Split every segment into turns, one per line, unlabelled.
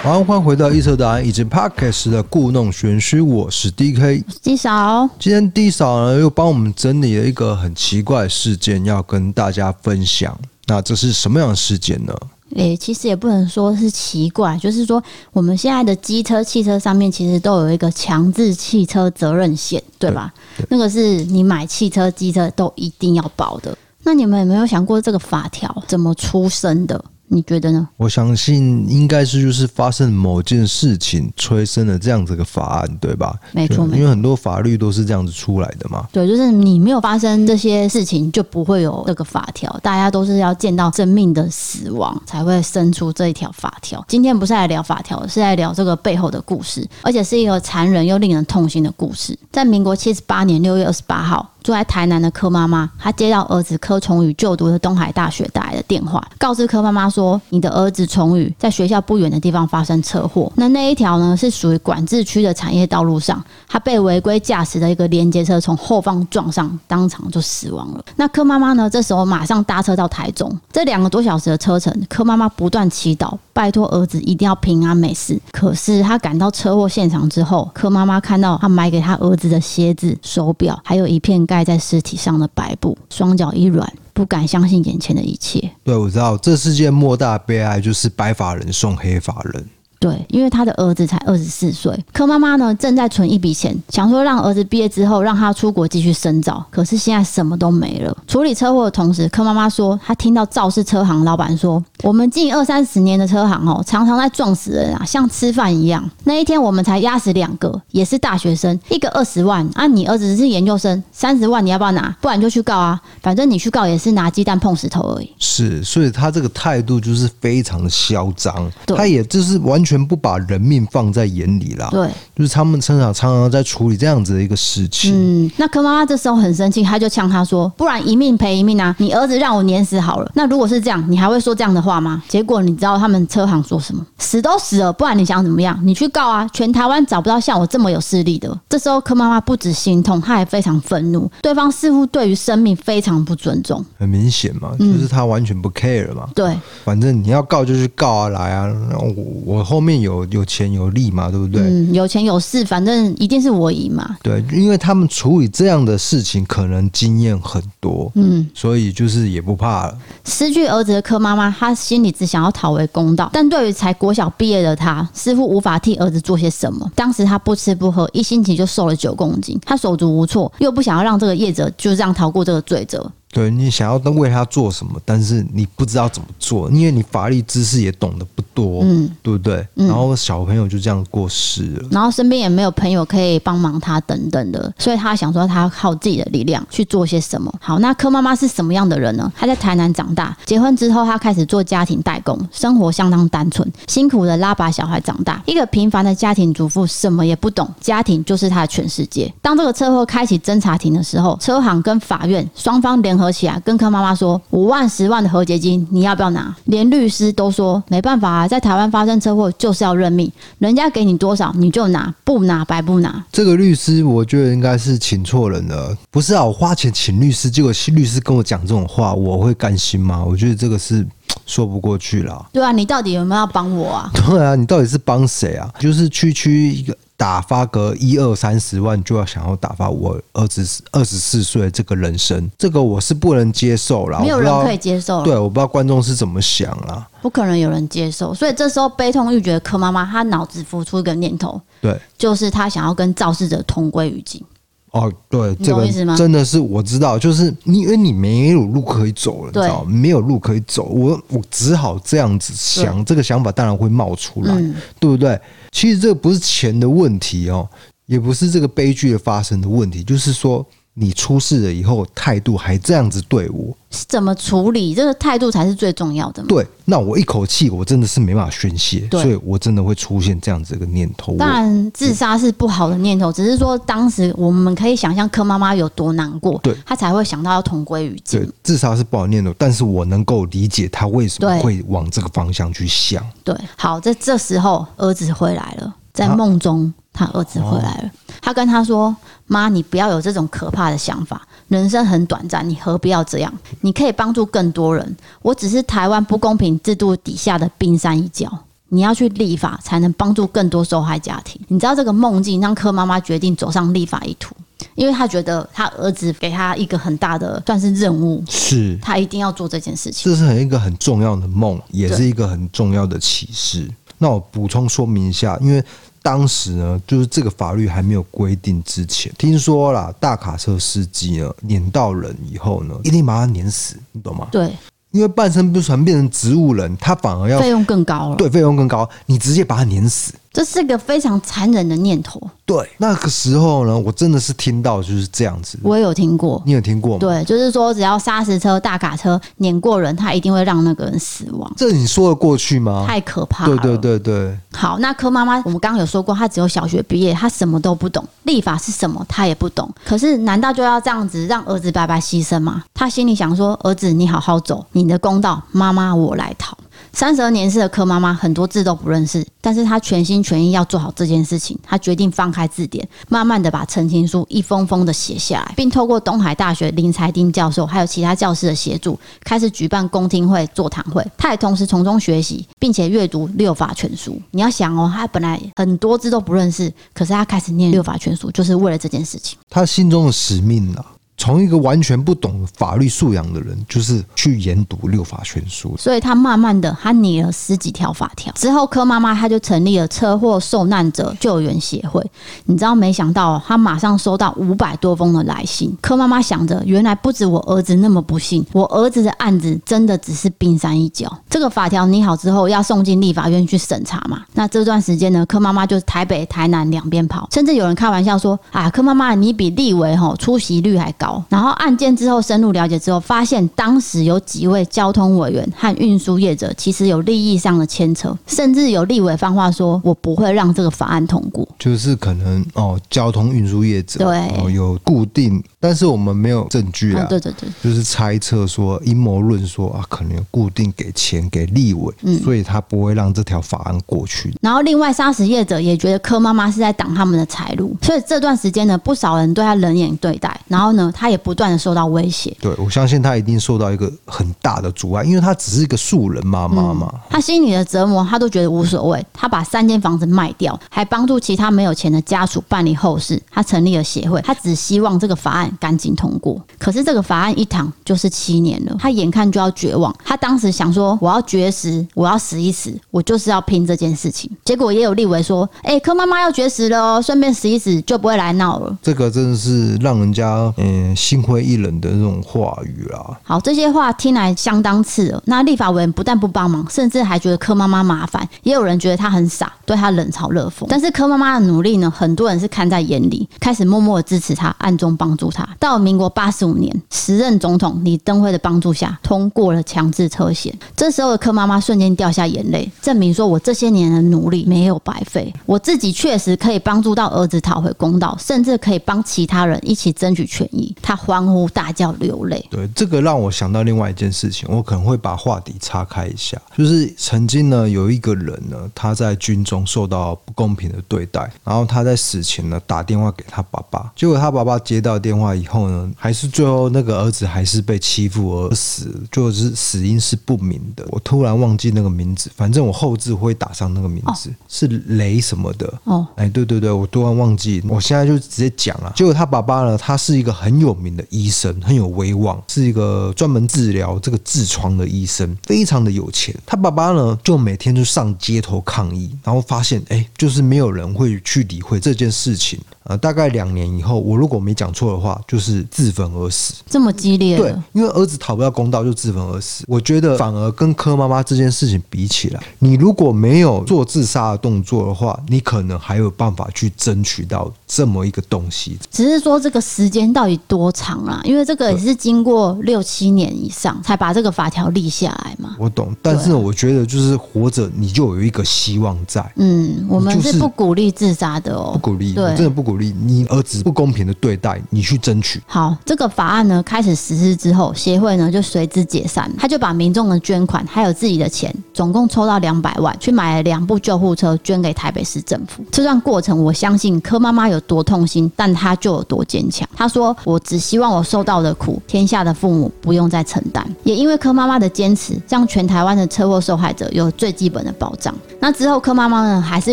好，欢迎回到预测答案以及 Podcast 的故弄玄虚，我是 DK。
至少
今天 D 嫂呢又帮我们整理了一个很奇怪的事件，要跟大家分享。那这是什么样的事件呢？
诶、其实也不能说是奇怪，就是说我们现在的机车、汽车上面其实都有一个强制汽车责任险，对吧？那个是你买汽车、机车都一定要保的。那你们有没有想过这个法条怎么出生的？你觉得呢？
我相信应该是就是发生某件事情催生了这样子个法案，对吧？
没错
就
没错
因为很多法律都是这样子出来的嘛。
对，就是你没有发生这些事情，就不会有这个法条。大家都是要见到生命的死亡，才会生出这一条法条。今天不是来聊法条，是来聊这个背后的故事，而且是一个残忍又令人痛心的故事。在民国七十八年六月二十八号，住在台南的柯妈妈，她接到儿子柯崇宇就读的东海大学打来的电话，告知柯妈妈说，你的儿子崇宇在学校不远的地方发生车祸。那那一条呢，是属于管制区的产业道路上，他被违规驾驶的一个连接车从后方撞上，当场就死亡了。那柯妈妈呢，这时候马上搭车到台中，这两个多小时的车程，柯妈妈不断祈祷，拜托儿子一定要平安没事。可是她赶到车祸现场之后，柯妈妈看到她买给她儿子的鞋子、手表，还有一片盖在尸体上的白布，双脚一软，不敢相信眼前的一切。
对，我知道这世界莫大悲哀就是白发人送黑发人。
对，因为他的儿子才二十四岁，柯妈妈呢正在存一笔钱，想说让儿子毕业之后让他出国继续深造。可是现在什么都没了。处理车祸的同时，柯妈妈说，她听到肇事车行老板说，我们近二三十年的车行哦，常常在撞死人啊，像吃饭一样。那一天我们才压死两个，也是大学生，一个二十万啊，你儿子是研究生，三十万你要不要拿？不然就去告啊，反正你去告也是拿鸡蛋碰石头而已。
是，所以他这个态度就是非常的嚣张，
对
他也就是完全不把人命放在眼里啦。
对。
就是他们常常常常在处理这样子的一个事情。
嗯，那柯妈妈这时候很生气，她就呛他说：“不然一命赔一命啊！你儿子让我碾死好了。那如果是这样，你还会说这样的话吗？”结果你知道他们车行说什么？死都死了，不然你想怎么样？你去告啊！全台湾找不到像我这么有势力的。这时候柯妈妈不止心痛，她还非常愤怒，对方似乎对于生命非常不尊重。
很明显嘛，
嗯
就是他完全不 care 嘛，
对，
反正你要告就去告啊，来啊，那我我后面有有钱有力嘛，对不对？
嗯，有钱有势，反正一定是我赢嘛。
对，因为他们处理这样的事情可能经验很多，
嗯，
所以就是也不怕了。
失去儿子的柯妈妈，她心里只想要讨回公道，但对于才国小毕业的她，似乎无法替儿子做些什么。当时她不吃不喝，一星期就瘦了九公斤，她手足无措，又不想要让这个业者就这样逃过这个罪责。
对你想要为他做什么，但是你不知道怎么做，因为你法律知识也懂得不多，嗯，对不对？然后小朋友就这样过世了。
然后身边也没有朋友可以帮忙他等等的，所以他想说他要靠自己的力量去做些什么。好，那柯妈妈是什么样的人呢？她在台南长大，结婚之后她开始做家庭代工，生活相当单纯，辛苦的拉拔小孩长大。一个平凡的家庭主妇，什么也不懂，家庭就是她的全世界。当这个车祸开启侦查庭的时候，车行跟法院双方联合起来，跟柯妈妈说五万、十万的和解金，你要不要拿？连律师都说没办法啊，在台湾发生车祸就是要认命，人家给你多少你就拿，不拿白不拿。
这个律师，我觉得应该是请错人了。不是啊，我花钱请律师，结果律师跟我讲这种话，我会甘心吗？我觉得这个是说不过去啦。
对啊，你到底有没有要帮我啊？
对啊，你到底是帮谁啊？就是区区一个打发个一二三十万，就要想要打发我二十二十四岁这个人生，这个我是不能接受啦。
没有人
我不
可
知
以
道，
接受了，
对，我不知道观众是怎么想啊啦。
不可能有人接受。所以这时候悲痛欲绝的柯妈妈，她脑子浮出一个念头，
对，
就是她想要跟肇事者同归于尽。
哦，对，
你
这
懂
个
意思吗
真的是我知道，就是你因为你没有路可以走了，你知
对
道吗没有路可以走，我我只好这样子想，这个想法当然会冒出来，
嗯
对不对？其实这不是钱的问题哦，也不是这个悲剧的发生的问题，就是说你出事了以后态度还这样子对我，
是怎么处理？这个态度才是最重要的嘛。
对，那我一口气我真的是没办法宣泄，
对
所以我真的会出现这样子一个念头。
当
我
然，自杀是不好的念头，只是说当时我们可以想象柯妈妈有多难过，
对
她才会想到要同归于尽
对。，自杀是不好的念头，但是我能够理解他为什么
对
会往这个方向去想。
对，好，在这时候儿子回来了，在梦中他儿子回来了，他跟他说：“妈，你不要有这种可怕的想法，人生很短暂，你何必要这样？你可以帮助更多人，我只是台湾不公平制度底下的冰山一角。”你要去立法，才能帮助更多受害家庭。你知道这个梦境让柯妈妈决定走上立法一途，因为她觉得她儿子给她一个很大的算是任务，
是，
她一定要做这件事情。
这是很一个很重要的梦，也是一个很重要的启示。那我补充说明一下，因为当时呢，就是这个法律还没有规定之前，听说啦，大卡车司机呢碾到人以后呢，一定把他碾死，你懂吗？
对，
因为半身不遂变成植物人，他反而要
费用更高了，
对费用更高，你直接把他碾死。
这是个非常残忍的念头。
对，那个时候呢，我真的是听到就是这样子。
我也有听过，
你有听过吗？
对，就是说只要砂石车、大卡车碾过人，他一定会让那个人死亡，
这你说得过去吗？
太可怕了。
哦对对对对，
好，那柯妈妈，我们刚刚有说过，她只有小学毕业，她什么都不懂，立法是什么她也不懂。可是，难道就要这样子让儿子白白牺牲吗？她心里想说：“儿子，你好好走，你的公道，妈妈我来讨。”三十二年是的柯妈妈很多字都不认识，但是她全心全意要做好这件事情。她决定翻开字典，慢慢的把澄清书一封封的写下来，并透过东海大学林财丁教授还有其他教师的协助，开始举办公听会、座谈会。她也同时从中学习，并且阅读六法全书。你要想哦，她本来很多字都不认识，可是她开始念六法全书，就是为了这件事情。
他心中的使命啊，从一个完全不懂法律素养的人，就是去研读六法全书。
所以他慢慢的，他拟了十几条法条。之后，柯妈妈她就成立了车祸受难者救援协会。你知道，没想到她马上收到五百多封的来信。柯妈妈想着，原来不止我儿子那么不幸，我儿子的案子真的只是冰山一角。这个法条拟好之后，要送进立法院去审查嘛。那这段时间呢，柯妈妈就台北、台南两边跑，甚至有人开玩笑说：“啊，柯妈妈，你比立委吼出席率还高。”然后案件之后深入了解之后，发现当时有几位交通委员和运输业者其实有利益上的牵扯，甚至有立委放话说：“我不会让这个法案通过。”
就是可能哦，交通运输业者
对
哦有固定，但是我们没有证据
嗯
啊，，
对对对，
就是猜测说阴谋论说啊，可能有固定给钱给立委，
嗯
所以他不会让这条法案过去。
然后，另外砂石业者也觉得柯妈妈是在挡他们的财路，所以这段时间呢，不少人对她冷眼对待。然后呢，她也不断的受到威胁。
对，我相信他一定受到一个很大的阻碍，因为他只是一个素人妈妈嘛。
她心里的折磨，她都觉得无所谓。她把三间房子卖掉，还帮助其他没有钱的家属办理后事。她成立了协会，她只希望这个法案赶紧通过。可是这个法案一躺就是七年了，她眼看就要绝望。她当时想说，我要绝食，我要死一死，我就是要拼这件事情。结果也有立委说，哎、柯妈妈要绝食了哦，顺便死一死就不会来闹了。
这个真的是让人家嗯心灰意冷的那种话语啊啦。
好，这些话听来相当刺耳。那立法委员不但不帮忙，甚至还觉得柯妈妈麻烦，也有人觉得她很傻，对她冷嘲热讽。但是柯妈妈的努力呢，很多人是看在眼里，开始默默的支持她，暗中帮助她。到了民国八十五年，时任总统李登辉的帮助下，通过了强制车险。这时候的柯妈妈瞬间掉下眼泪，证明说我这些年的努力没有白费，我自己确实可以帮助到儿子讨回公道，甚至可以帮其他人一起争取权益。她欢呼大叫，流泪。
对，这个让我想到另外一件事情，我可能会把话题岔开一下，就是曾经呢有一个人呢，他在军中受到不公平的对待，然后他在死前呢打电话给他爸爸，结果他爸爸接到电话以后呢，还是最后那个儿子还是被欺负而死，就是死因是不明的，我突然忘记那个名字，反正我后置会打上那个名字，是雷什么的，
哦，
哎，对对对，我突然忘记，我现在就直接讲了。结果他爸爸呢，他是一个很有名的医生，很有威望，是一个专门治疗这个痔疮的医生，非常的有钱。他爸爸呢，就每天就上街头抗议，然后发现，哎，就是没有人会去理会这件事情。呃，大概两年以后，我如果没讲错的话，就是自焚而死。
这么激烈
对
了，，
因为儿子讨不到公道就自焚而死。我觉得反而跟柯妈妈这件事情比起来，你如果没有做自杀的动作的话，你可能还有办法去争取到这么一个东西。
只是说这个时间到底多长啊？因为这个也是经过六七年以上才把这个法条立下来嘛。
我懂，但是我觉得就是活着，你就有一个希望在。
嗯，我们
就是
是不鼓励自杀的哦
不。鼓励，
对
我真的不鼓励你儿子不公平的对待，你去争取。
好，这个法案呢开始实施之后，协会呢就随之解散，他就把民众的捐款还有自己的钱，总共抽到两百万，去买了两部救护车捐给台北市政府。这段过程，我相信柯妈妈有多痛心，但她就有多坚强。她说。说：“我只希望我受到的苦，天下的父母不用再承担。”也因为柯妈妈的坚持，让全台湾的车祸受害者有最基本的保障。那之后，柯妈妈呢还是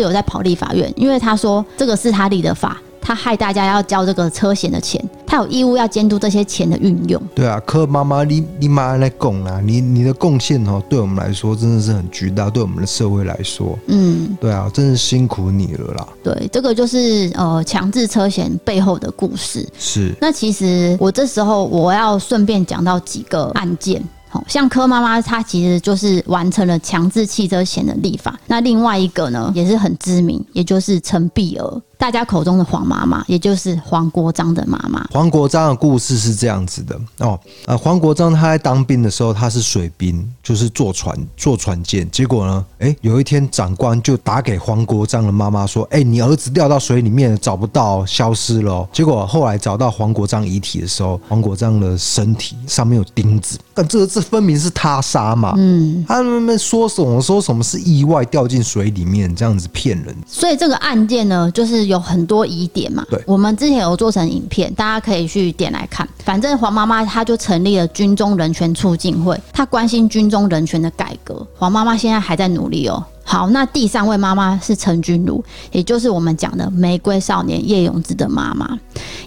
有在跑立法院，因为她说这个是她立的法，她害大家要交这个车险的钱，她有义务要监督这些钱的运用。
对啊，柯妈妈，你你妈来供啦，你你的贡献哦，对我们来说真的是很巨大，对我们的社会来说，
嗯，
对啊，真是辛苦你了啦。
对，这个就是呃强制车险背后的故事。
是，
那其实我这时候我要顺便讲到几个案件。好像柯妈妈，她其实就是完成了强制汽车险的立法。那另外一个呢，也是很知名，也就是陈碧娥，大家口中的黄妈妈，也就是黄国章的妈妈。
黄国章的故事是这样子的哦，呃，黄国章他在当兵的时候，他是水兵，就是坐船坐船舰。结果呢，诶，有一天长官就打给黄国章的妈妈说：“诶，你儿子掉到水里面了，找不到哦，消失了哦。”结果后来找到黄国章遗体的时候，黄国章的身体上面有钉子，但这这分明是他杀嘛。嗯，他们说什么说什么是意外掉进水里面，这样子骗人。
所以这个案件呢，就是有很多疑点嘛。
对
我们之前有做成影片，大家可以去点来看。反正黄妈妈她就成立了军中人权促进会，她关心军中人权的改革。黄妈妈现在还在努力哦。好，那第三位妈妈是陈君如，也就是我们讲的玫瑰少年叶永志的妈妈。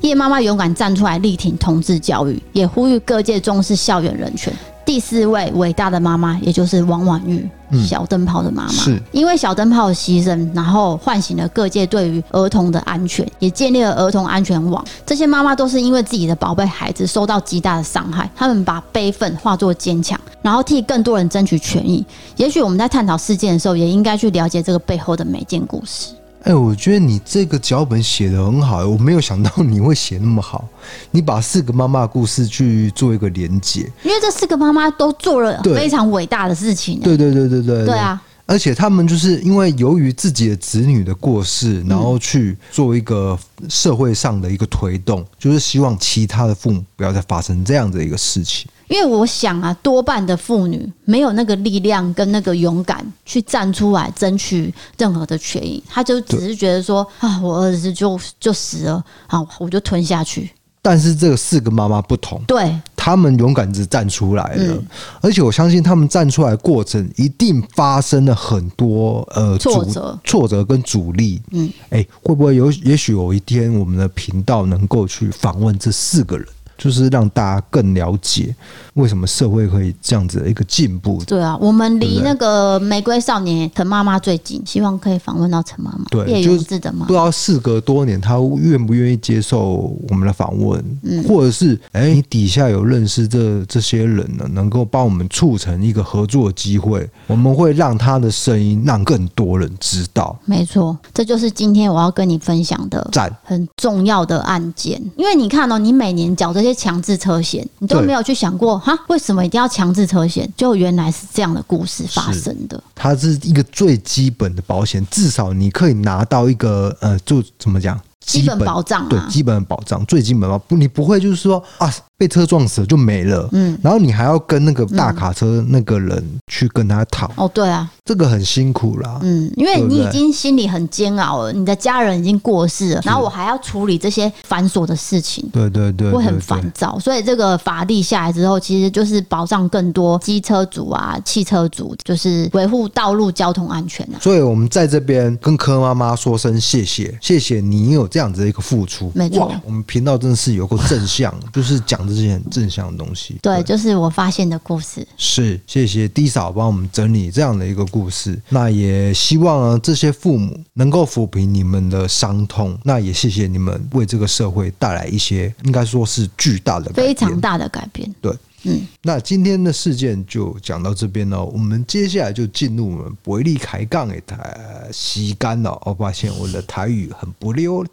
叶妈妈勇敢站出来力挺同志教育，也呼吁各界重视校园人权。第四位伟大的妈妈，也就是王婉玉，小灯泡的妈妈。
嗯是
因为小灯泡的牺牲，然后唤醒了各界对于儿童的安全，也建立了儿童安全网。这些妈妈都是因为自己的宝贝孩子受到极大的伤害，他们把悲愤化作坚强，然后替更多人争取权益。也许我们在探讨事件的时候，也应该去了解这个背后的每件故事。
哎、我觉得你这个脚本写得很好，我没有想到你会写那么好。 你把四个妈妈的故事去做一个连接，
因为这四个妈妈都做了
对
非常伟大的事情。
对对对对对
对啊，
而且他们就是因为由于自己的子女的过世，然后去做一个社会上的一个推动，就是希望其他的父母不要再发生这样的一个事情。
因为我想啊，多半的妇女没有那个力量跟那个勇敢去站出来争取任何的权益，她就只是觉得说啊，我儿子就就死了，好，我就吞下去。
但是这个四个妈妈不同，
对，
他们勇敢地站出来了，
嗯
而且我相信他们站出来的过程一定发生了很多呃
挫
阻
折
挫折跟阻力。
嗯，
哎、会不会有？也许有一天我们的频道能够去访问这四个人，就是让大家更了解为什么社会可以这样子的一个进步。
对啊，我们
对
离
不对
那个玫瑰少年陈妈妈最近，希望可以访问到陈妈妈，
对
叶
就
永
是
志的妈
不知道事隔多年，他愿不愿意接受我们的访问，或者是哎、你底下有认识这这些人呢，能够帮我们促成一个合作的机会，我们会让他的声音让更多人知道。
没错，这就是今天我要跟你分享的
赞
很重要的案件。因为你看哦，你每年缴这些强制车险，你都
对
没有去想过哈，为什么一定要强制车险？就原来是这样的故事发生的。
它是一个最基本的保险，至少你可以拿到一个呃，就怎么讲，
基本保障
对
啊，
基本的保障，最基本的保不，你不会就是说啊，被车撞死了就没了，嗯，然后你还要跟那个大卡车那个人去跟他讨，
哦，对啊，
这个很辛苦啦，
嗯，因为
对不
你
对
已经心里很煎熬了，你的家人已经过世了，然后我还要处理这些繁琐的事情，
对对对，
会很
对
烦躁。所以这个法律下来之后，其实就是保障更多机车族啊、汽车族，就是维护道路交通安全啊。
所以我们在这边跟柯妈妈说声谢谢，谢谢你有这样子的一个付出。
没错
哇我们频道真的是有够正向，就是讲这些很正向的东西。
对，就是我发现的故事。
是谢谢 D 嫂帮我们整理这样的一个故事。那也希望呢，这些父母能够抚平你们的伤痛。那也谢谢你们为这个社会带来一些，应该说是巨大的改变
非常大的改变。
对，
嗯，
那今天的事件就讲到这边了，我们接下来就进入我们伯利开杠的台呃洗干了。我发现我的台语很不溜。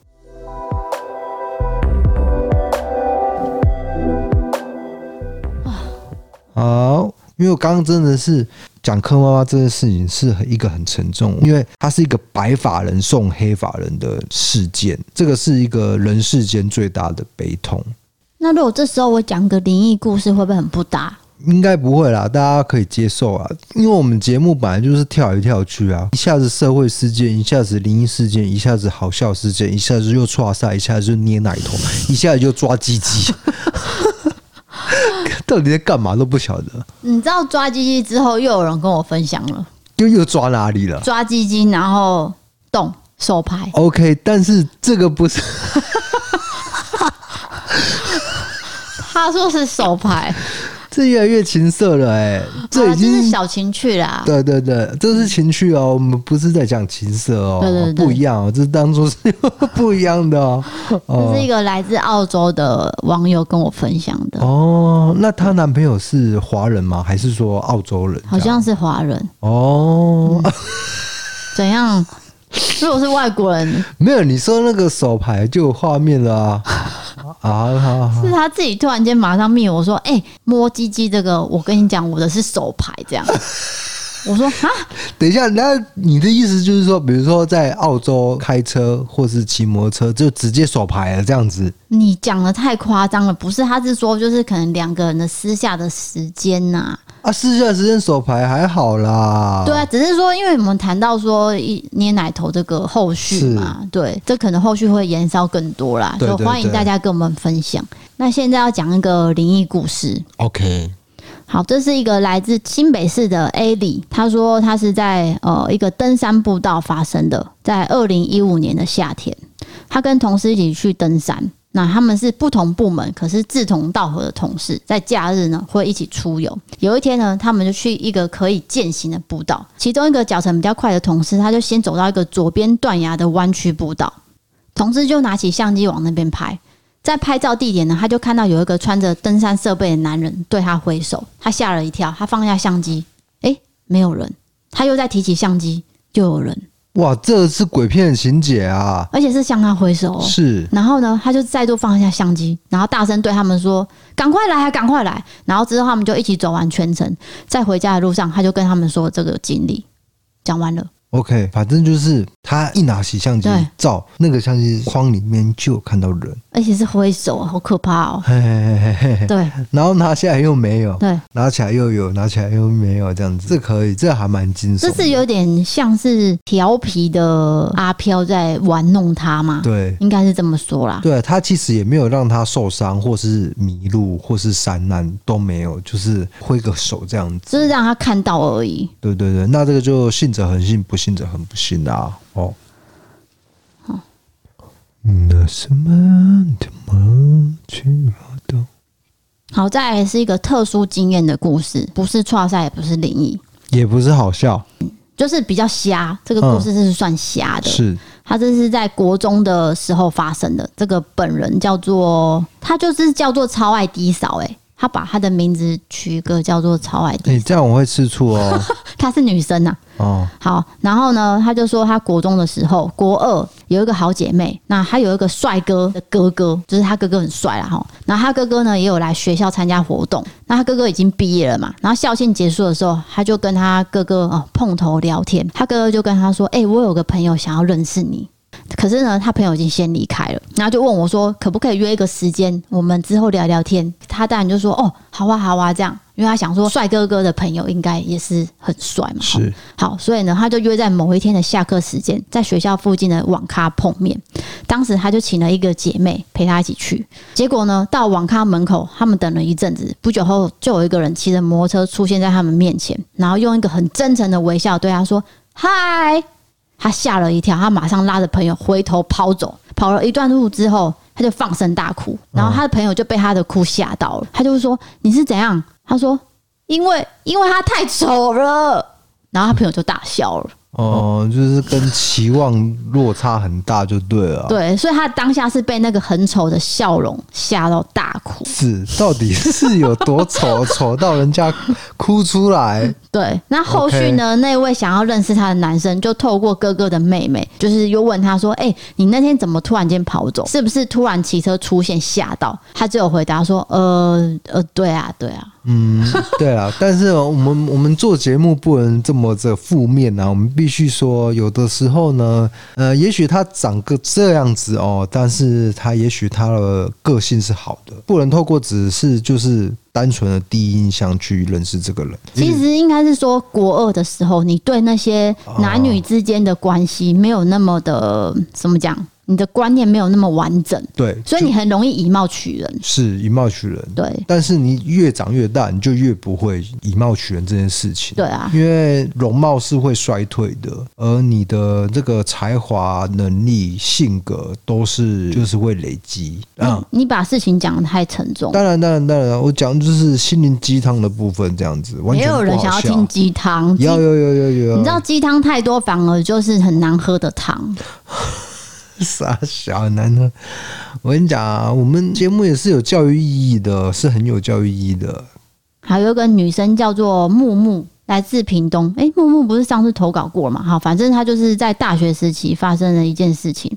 好，因为我刚刚真的是讲柯妈妈这件事情是一个很沉重，因为它是一个白发人送黑发人的事件，这个是一个人世间最大的悲痛。
那如果这时候我讲个灵异故事，会不会很不搭？
应该不会啦，大家可以接受啊，因为我们节目本来就是跳来跳去啊，一下子社会事件，一下子灵异事件，一下子好笑事件，一下子又抓塞，一下子就捏奶头，一下子就抓鸡鸡， 到底在干嘛都不晓得，
你知道抓鸡鸡之后，又有人跟我分享了
又又抓哪里了
抓鸡鸡，然后动 手拍，
？OK，但是这个不是，
他说是手拍，
这越来越情色了哎、这已
啊、
经
是小情趣啦。
对对对，这是情趣哦，我们不是在讲情色哦，
对对对
不一样哦，这当初是 不一样的哦。
这是
哦
一个来自澳洲的网友跟我分享的，
哦，那她男朋友是华人吗？还是说澳洲人这样？
好像是华人。
哦， 啊
怎样？如果是外国人，
没有，你说那个手牌就有画面了啊啊，好好
是他自己突然间马上密我说：“哎、摸鸡鸡这个，我跟你讲，我的是手牌。” 这样，我说：“哈，
等一下，那你的意思就是说，比如说在澳洲开车或是骑摩托车，就直接手牌了这样子？
你讲的太夸张了，不是？他是说就是可能两个人的私下的时间呐、
啊，试下时间手牌还好啦。
对啊，只是说，因为我们谈到说一捏奶头这个后续嘛，对，这可能后续会延烧更多啦，
对
所以
对
欢迎
对
大家跟我们分享。那现在要讲一个灵异故事，
，OK，
好，这是一个来自新北市的 A 李，他说他是在呃一个登山步道发生的，在二零一五年的夏天，他跟同事一起去登山。那他们是不同部门，可是志同道合的同事，在假日呢会一起出游。有一天呢，他们就去一个可以践行的步道，其中一个脚程比较快的同事，他就先走到一个左边断崖的弯曲步道，同事就拿起相机往那边拍。在拍照地点呢，他就看到有一个穿着登山设备的男人对他挥手，他吓了一跳，他放下相机，诶，没有人，他又再提起相机，又有人，
哇，这是鬼片情节啊！
而且是向他挥手、哦。
是
然后呢，他就再度放下相机，然后大声对他们说：“赶快来啊，赶快来！”然后之后他们就一起走完全程，在回家的路上，他就跟他们说这个经历。讲完了，
OK，反正就是他一拿起相机
对
照，那个相机框里面就有看到人，
而且是挥手，好可怕 哦！
嘿嘿嘿嘿嘿，
对
然后拿下来又没有，
对，
拿起来又有，拿起来又没有，这样子，这可以，这还蛮惊悚
这
的。
是有点像是调皮的阿飘在玩弄他嘛？
对
应该是这么说啦。
对，啊他其实也没有让他受伤，或是迷路，或是散难都没有，就是挥个手这样子。
就是让他看到而已。
对对对，那这个就信者恒信，不信者恒不信啊。哦，嗯那什么的梦去活动，
好，再来是一个特殊经验的故事，不是创赛，也不是灵异，
也不是好笑，
就是比较瞎。这个故事是算瞎的，
是
他这是在国中的时候发生的。这个本人叫做他就是叫做超爱低嫂、欸，他把他的名字取一个叫做超爱低，
你、哎这样我会吃醋 哦。
她是女生呐、啊
哦，
好，然后呢，他就说他国中的时候，国二有一个好姐妹，那她有一个帅哥的哥哥，就是他哥哥很帅啦哈。然后他哥哥呢也有来学校参加活动，那他哥哥已经毕业了嘛。然后校庆结束的时候，他就跟他哥哥哦碰头聊天，他哥哥就跟他说：“哎、我有个朋友想要认识你。”可是呢，他朋友已经先离开了，然后就问我说，可不可以约一个时间，我们之后聊聊天？他当然就说，哦，好啊，好啊，这样，因为他想说，帅哥哥的朋友应该也是很帅嘛，哈
是
好，所以呢，他就约在某一天的下课时间，在学校附近的网咖碰面。当时他就请了一个姐妹陪他一起去。结果呢，到网咖门口，他们等了一阵子，不久后就有一个人骑着摩托车出现在他们面前，然后用一个很真诚的微笑对他说：“嗨。”他吓了一跳，他马上拉着朋友回头跑走，跑了一段路之后，他就放声大哭，然后他的朋友就被他的哭吓到了，他就说：“你是怎样？”他说：“因为因为他太丑了。”然后他朋友就大笑了。
哦，就是跟期望落差很大就对了。，
对，所以他当下是被那个很丑的笑容吓到大哭。
是到底是有多丑，丑到人家哭出 来？
对，那后续呢那位想要认识他的男生就透过哥哥的妹妹，就是又问他说：“哎、你那天怎么突然间跑走？是不是突然骑车出现吓到？”他只有回答说：“呃呃，对啊，对啊。”
嗯，对啊，但是哦我们我们做节目不能这么这负面啊，我们必须说，有的时候呢，呃，也许他长个这样子哦，但是他也许他的个性是好的，不能透过只是就是单纯的第一印象去认识这个人。
其实应该是说，国二的时候，你对那些男女之间的关系没有那么的怎么讲，你的观念没有那么完整，
对，
所以你很容易以貌取人。
是以貌取人，
对
但是你越长越大，你就越不会以貌取人这件事情。
对啊，
因为容貌是会衰退的，而你的这个才华、能力、性格都
嗯
是就是会累积。嗯，
你把事情讲得太沉重，
当然，当然，当然，我讲的就是心灵鸡汤的部分，这样子完
没
全
有人
不好
想要
笑
听鸡汤。鸡
有有有有有，
你知道鸡汤太多，反而就是很难喝的汤。
傻小男呢？我跟你讲啊，我们节目也是有教育意义的，是很有教育意义的。
还有一个女生叫做木木，来自屏东。诶，木木不是上次投稿过嘛？好，反正她就是在大学时期发生了一件事情，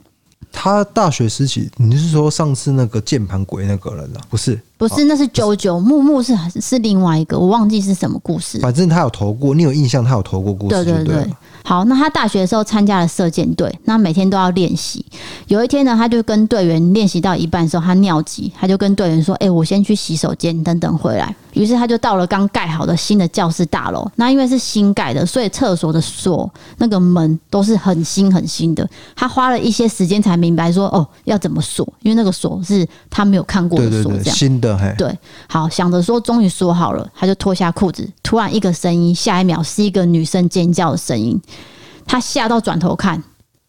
他大学时期，你是说上次那个键盘鬼那个人啊？不是，
不是，那是九九木木是是另外一个，我忘记是什么故事。
反正他有投过，你有印象他有投过故
对
事就
对
对了。
对，好，那他大学的时候参加了射箭队，那每天都要练习。有一天呢，他就跟队员练习到一半的时候，他尿急，他就跟队员说：“哎、我先去洗手间，等等回来。”于是他就到了刚盖好的新的教室大楼，那因为是新盖的，所以厕所的锁那个门都是很新很新的。他花了一些时间才明白说：“哦，要怎么锁？因为那个锁是他没有看过
对对
的锁。”
对，
这样。
新的嘿，
对，好，想着说终于说好了，他就脱下裤子，突然一个声音，下一秒是一个女生尖叫的声音，他吓到转头看。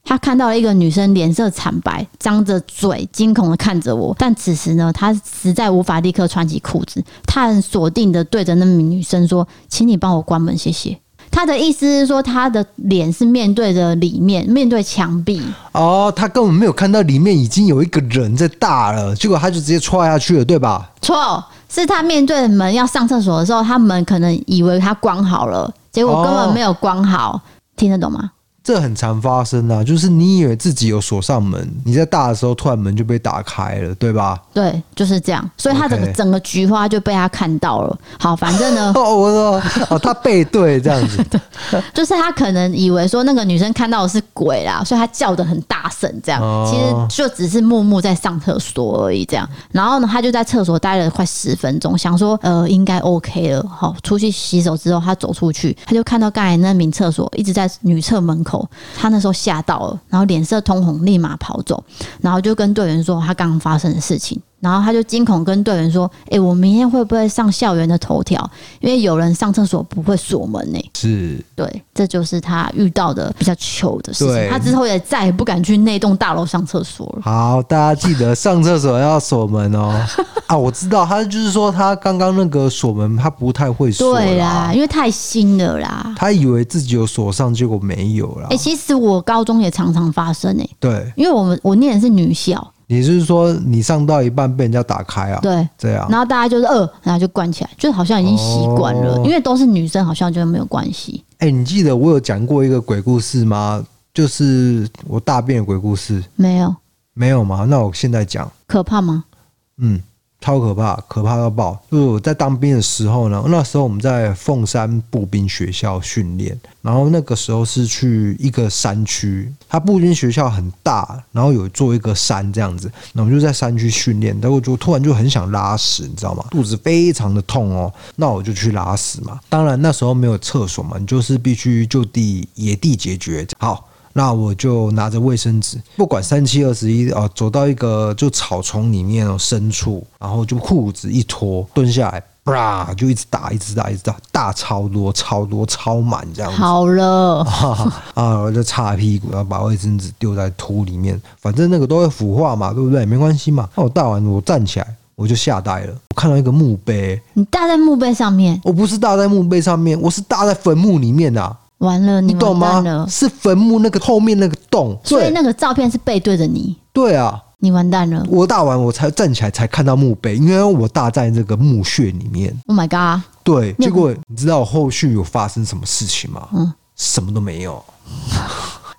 他看到了一个女生脸色惨白，张着嘴惊恐的看着我，但此时呢，他实在无法立刻穿起裤子，他很锁定的对着那名女生说：“请你帮我关门，谢谢。”他的意思是说，他的脸是面对着里面，面对墙壁，
哦，他根本没有看到里面已经有一个人在大了，结果他就直接踹下去了，对吧？
错，是他面对门要上厕所的时候，他门可能以为他关好了，结果根本没有关好。听得懂吗？
这很常发生啊，就是你以为自己有锁上门，你在大的时候突然门就被打开了，对吧？
对，就是这样。所以他整个
OK
整个菊花就被他看到了。好，反正呢，
哦，我说哦，他背对这样 子，
就是他可能以为说那个女生看到的是鬼啦，所以他叫的很大声，这样
哦
其实就只是木木在上厕所而已，这样。然后呢，他就在厕所待了快十分钟，想说呃应该 OK 了，好，出去洗手之后，他走出去，他就看到刚才那名厕所一直在女厕门口，他那时候吓到了，然后脸色通红，立马跑走，然后就跟队员说他刚刚发生的事情。然后他就惊恐跟队员说：“诶，我明天会不会上校园的头条？因为有人上厕所不会锁门呢、
是
对，这就是他遇到的比较糗的事情。
对
他之后也再也不敢去那栋大楼上厕所了。
好，大家记得上厕所要锁门哦。 啊，我知道，他就是说他刚刚那个锁门他不太会锁
对啦，
啦，
因为太新了啦。
他以为自己有锁上，结果没有啦
哎、。其实我高中也常常发生诶、
对，
因为我们我念的是女校，
你是说你上到一半被人家打开啊？
对，
这样
然后大家就是呃，然后就关起来，就好像已经习惯了，
哦
因为都是女生，好像就没有关系。
哎、你记得我有讲过一个鬼故事吗？就是我大便的鬼故事，
没有
没有吗？那我现在讲，
可怕吗？
嗯，超可怕，可怕到爆。就是我在当兵的时候呢，那时候我们在凤山步兵学校训练，然后那个时候是去一个山区，它步兵学校很大，然后有做一个山这样子，那我们就在山区训练，然后我就突然就很想拉屎，你知道吗？肚子非常的痛哦，那我就去拉屎嘛。当然那时候没有厕所嘛，你就是必须就地野地解决。好。那我就拿着卫生纸，不管三七二十一哦，走到一个就草丛里面哦深处，然后就裤子一脱，蹲下来，啪就一直打，一直打，一直打，大超多，超多，超满这样子。
好了，
啊，啊我就擦屁股，然后把卫生纸丢在土里面，反正那个都会腐化嘛，对不对？没关系嘛。那我大完，我站起来，我就吓呆了，我看到一个墓碑，
你搭在墓碑上面，
我不是搭在墓碑上面，我是搭在坟墓里面啊，
完了，你
你懂
完蛋
吗？
了。
是坟墓那个后面那个洞，
所以
对
那个照片是背对着你，
对啊，
你完蛋了。
我大完我才站起来才看到墓碑，因为我大在这个墓穴里面。
Oh my god！
对，
那
结果你知道我后续有发生什么事情吗？
嗯
什么都没有。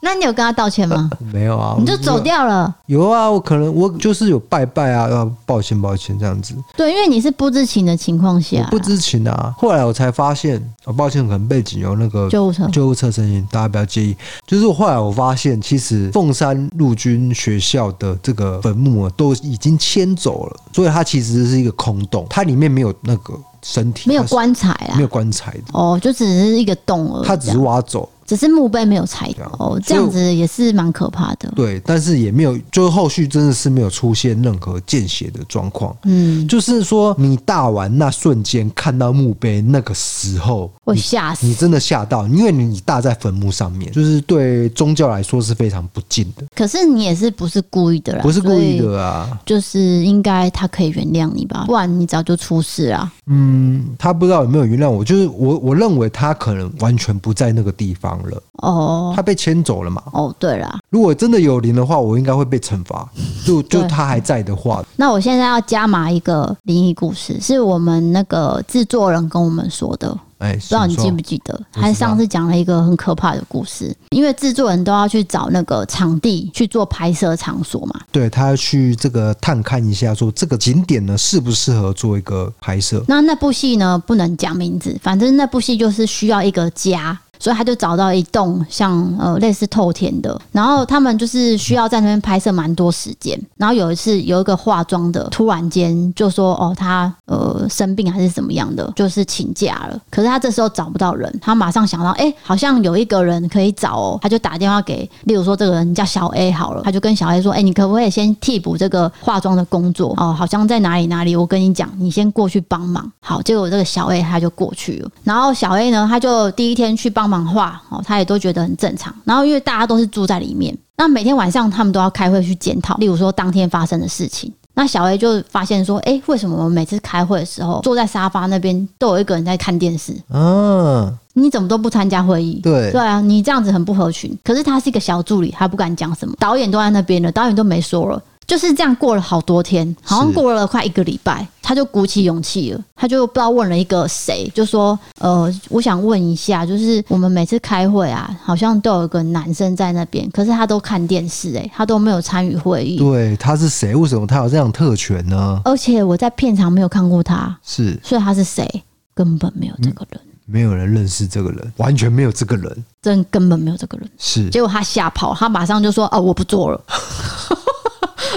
那你有跟他道歉吗？
没有啊，
你就走掉了。
有啊，我可能我就是有拜拜啊，啊抱歉抱歉这样子，
对，因为你是不知情的情况下
我
啦，
不知情啊。后来我才发现，啊，抱歉，可能背景有那个
救护车。
救护车声音，大家不要介意。就是我后来我发现，其实凤山陆军学校的这个坟墓啊，都已经迁走了，所以它其实是一个空洞，它里面没有那个身体，
没有
它是
棺材
没
啦
有，棺材的，
哦，就只是一个洞而已，啊
它只是挖走。
只是墓碑没有拆掉，哦，这样子也是蛮可怕的。
对，但是也没有，就是后续真的是没有出现任何见血的状况。
嗯，
就是说，你大完那瞬间看到墓碑那个时候，
我吓死
你。真的吓到，因为你大在坟墓上面，就是对宗教来说是非常不敬的，
可是你也是不是故意的啦？
不是故意
所以
的啊。
就是应该他可以原谅你吧，不然你早就出事啦。
嗯，他不知道有没有原谅我，就是我我认为他可能完全不在那个地方了，
哦
他被牵走了嘛。
哦，对啦，
如果真的有灵的话，我应该会被惩罚。就就
对
他还在的话，
那我现在要加码一个灵异故事，是我们那个制作人跟我们说的，不
哎，
知道你
请
记
说
不记得？
道
他上次讲了一个很可怕的故事，因为制作人都要去找那个场地去做拍摄场所嘛，
对他要去这个探看一下，说这个景点呢适不适合做一个拍摄。
那那部戏呢，不能讲名字，反正那部戏就是需要一个家。所以他就找到一栋像呃类似透天的，然后他们就是需要在那边拍摄蛮多时间。然后有一次有一个化妆的突然间就说哦他呃生病还是怎么样的，就是请假了。可是他这时候找不到人，他马上想到哎、诶好像有一个人可以找哦，他就打电话给，例如说这个人叫小 A 好了，他就跟小 A 说哎、诶你可不可以先替补这个化妆的工作哦，好像在哪里哪里，我跟你讲，你先过去帮忙。好，结果这个小 A 他就过去了，然后小 A 呢，他就第一天去帮忙画哦，他也都觉得很正常。然后因为大家都是住在里面，那每天晚上他们都要开会去检讨，例如说当天发生的事情。那小 A 就发现说，哎、为什么我们每次开会的时候，坐在沙发那边都有一个人在看电视？
嗯，
你怎么都不参加会议？
对
对啊，你这样子很不合群。可是他是一个小助理，他不敢讲什么，导演都在那边了，导演都没说了。就是这样过了好多天，好像
是
过了快一个礼拜，他就鼓起勇气了，他就不知道问了一个谁，就说：“呃，我想问一下，就是我们每次开会啊，好像都有一个男生在那边，可是他都看电视、欸，他都没有参与会议，
对，他是谁？为什么他有这样的特权呢？
而且我在片场没有看过他，
是
所以他是谁根本没有这个人，
没有人认识这个人，完全没有这个人。
真根本没有这个人。”
是，
结果他吓跑，他马上就说：“哦，我不做了。”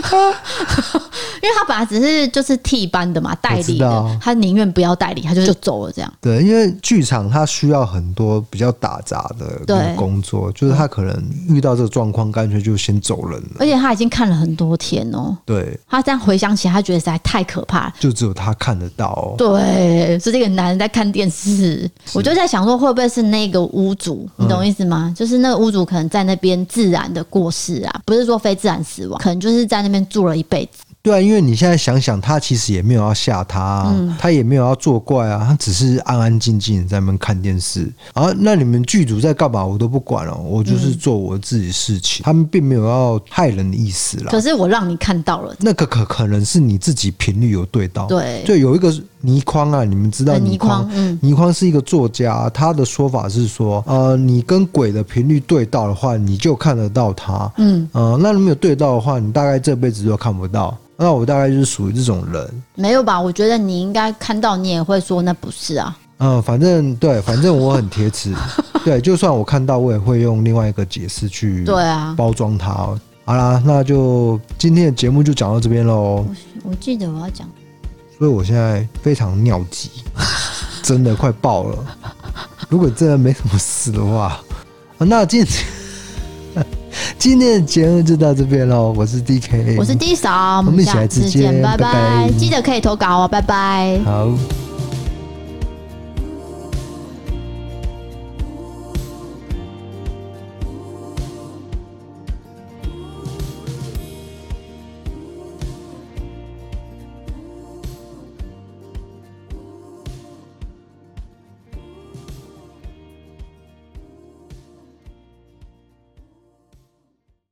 因为他本来只是就是替班的嘛，代
我知
理
道
的，他宁愿不要代理，他就就走了这样。
对，因为剧场它需要很多比较打杂
对
的工作，就是他可能遇到这个状况，干脆就先走人了。
而且他已经看了很多天哦，
对，
他这样回想起来，他觉得实在太可怕了。
就只有他看得到、哦。
对，是这个男人在看电视，我就在想说，会不会是那个屋主？你懂我意思吗？
嗯
就是那个屋主可能在那边自然的过世啊，不是说非自然死亡，可能就是在那边住了一辈子。
对啊，因为你现在想想，他其实也没有要吓他、啊，他也没有要作怪啊，他只是安安静静地在那边看电视。啊，那你们剧组在干嘛，我都不管了、哦我就是做我自己事情，他们并没有要害人的意思啦
可。是我让你看到了，
那个可可能是你自己频率有对到，
对
就有一个倪匡啊，你们知道
很
倪
倪匡
匡，
嗯
倪匡是一个作家，他的说法是说，呃，你跟鬼的频率对到的话，你就看得到他，
嗯，
呃，那你没有对到的话，你大概这辈子都看不到。那我大概就是属于这种人，
没有吧？我觉得你应该看到，你也会说那不是啊。
嗯，反正对，反正我很铁 齿，对，就算我看到，我也会用另外一个解释去
对啊，
包装它哦。好啦，那就今天的节目就讲到这边喽。
我记得我要讲，
哎所以我现在非常尿 急，真的快爆了。如果真的没什么事的话，啊那今天 今天的节目就到这边喽。我是 D K，
我是 D 嫂，我
们一起
下
来
次
直接
见，拜
拜拜
记得可以投稿哦，拜拜。
好。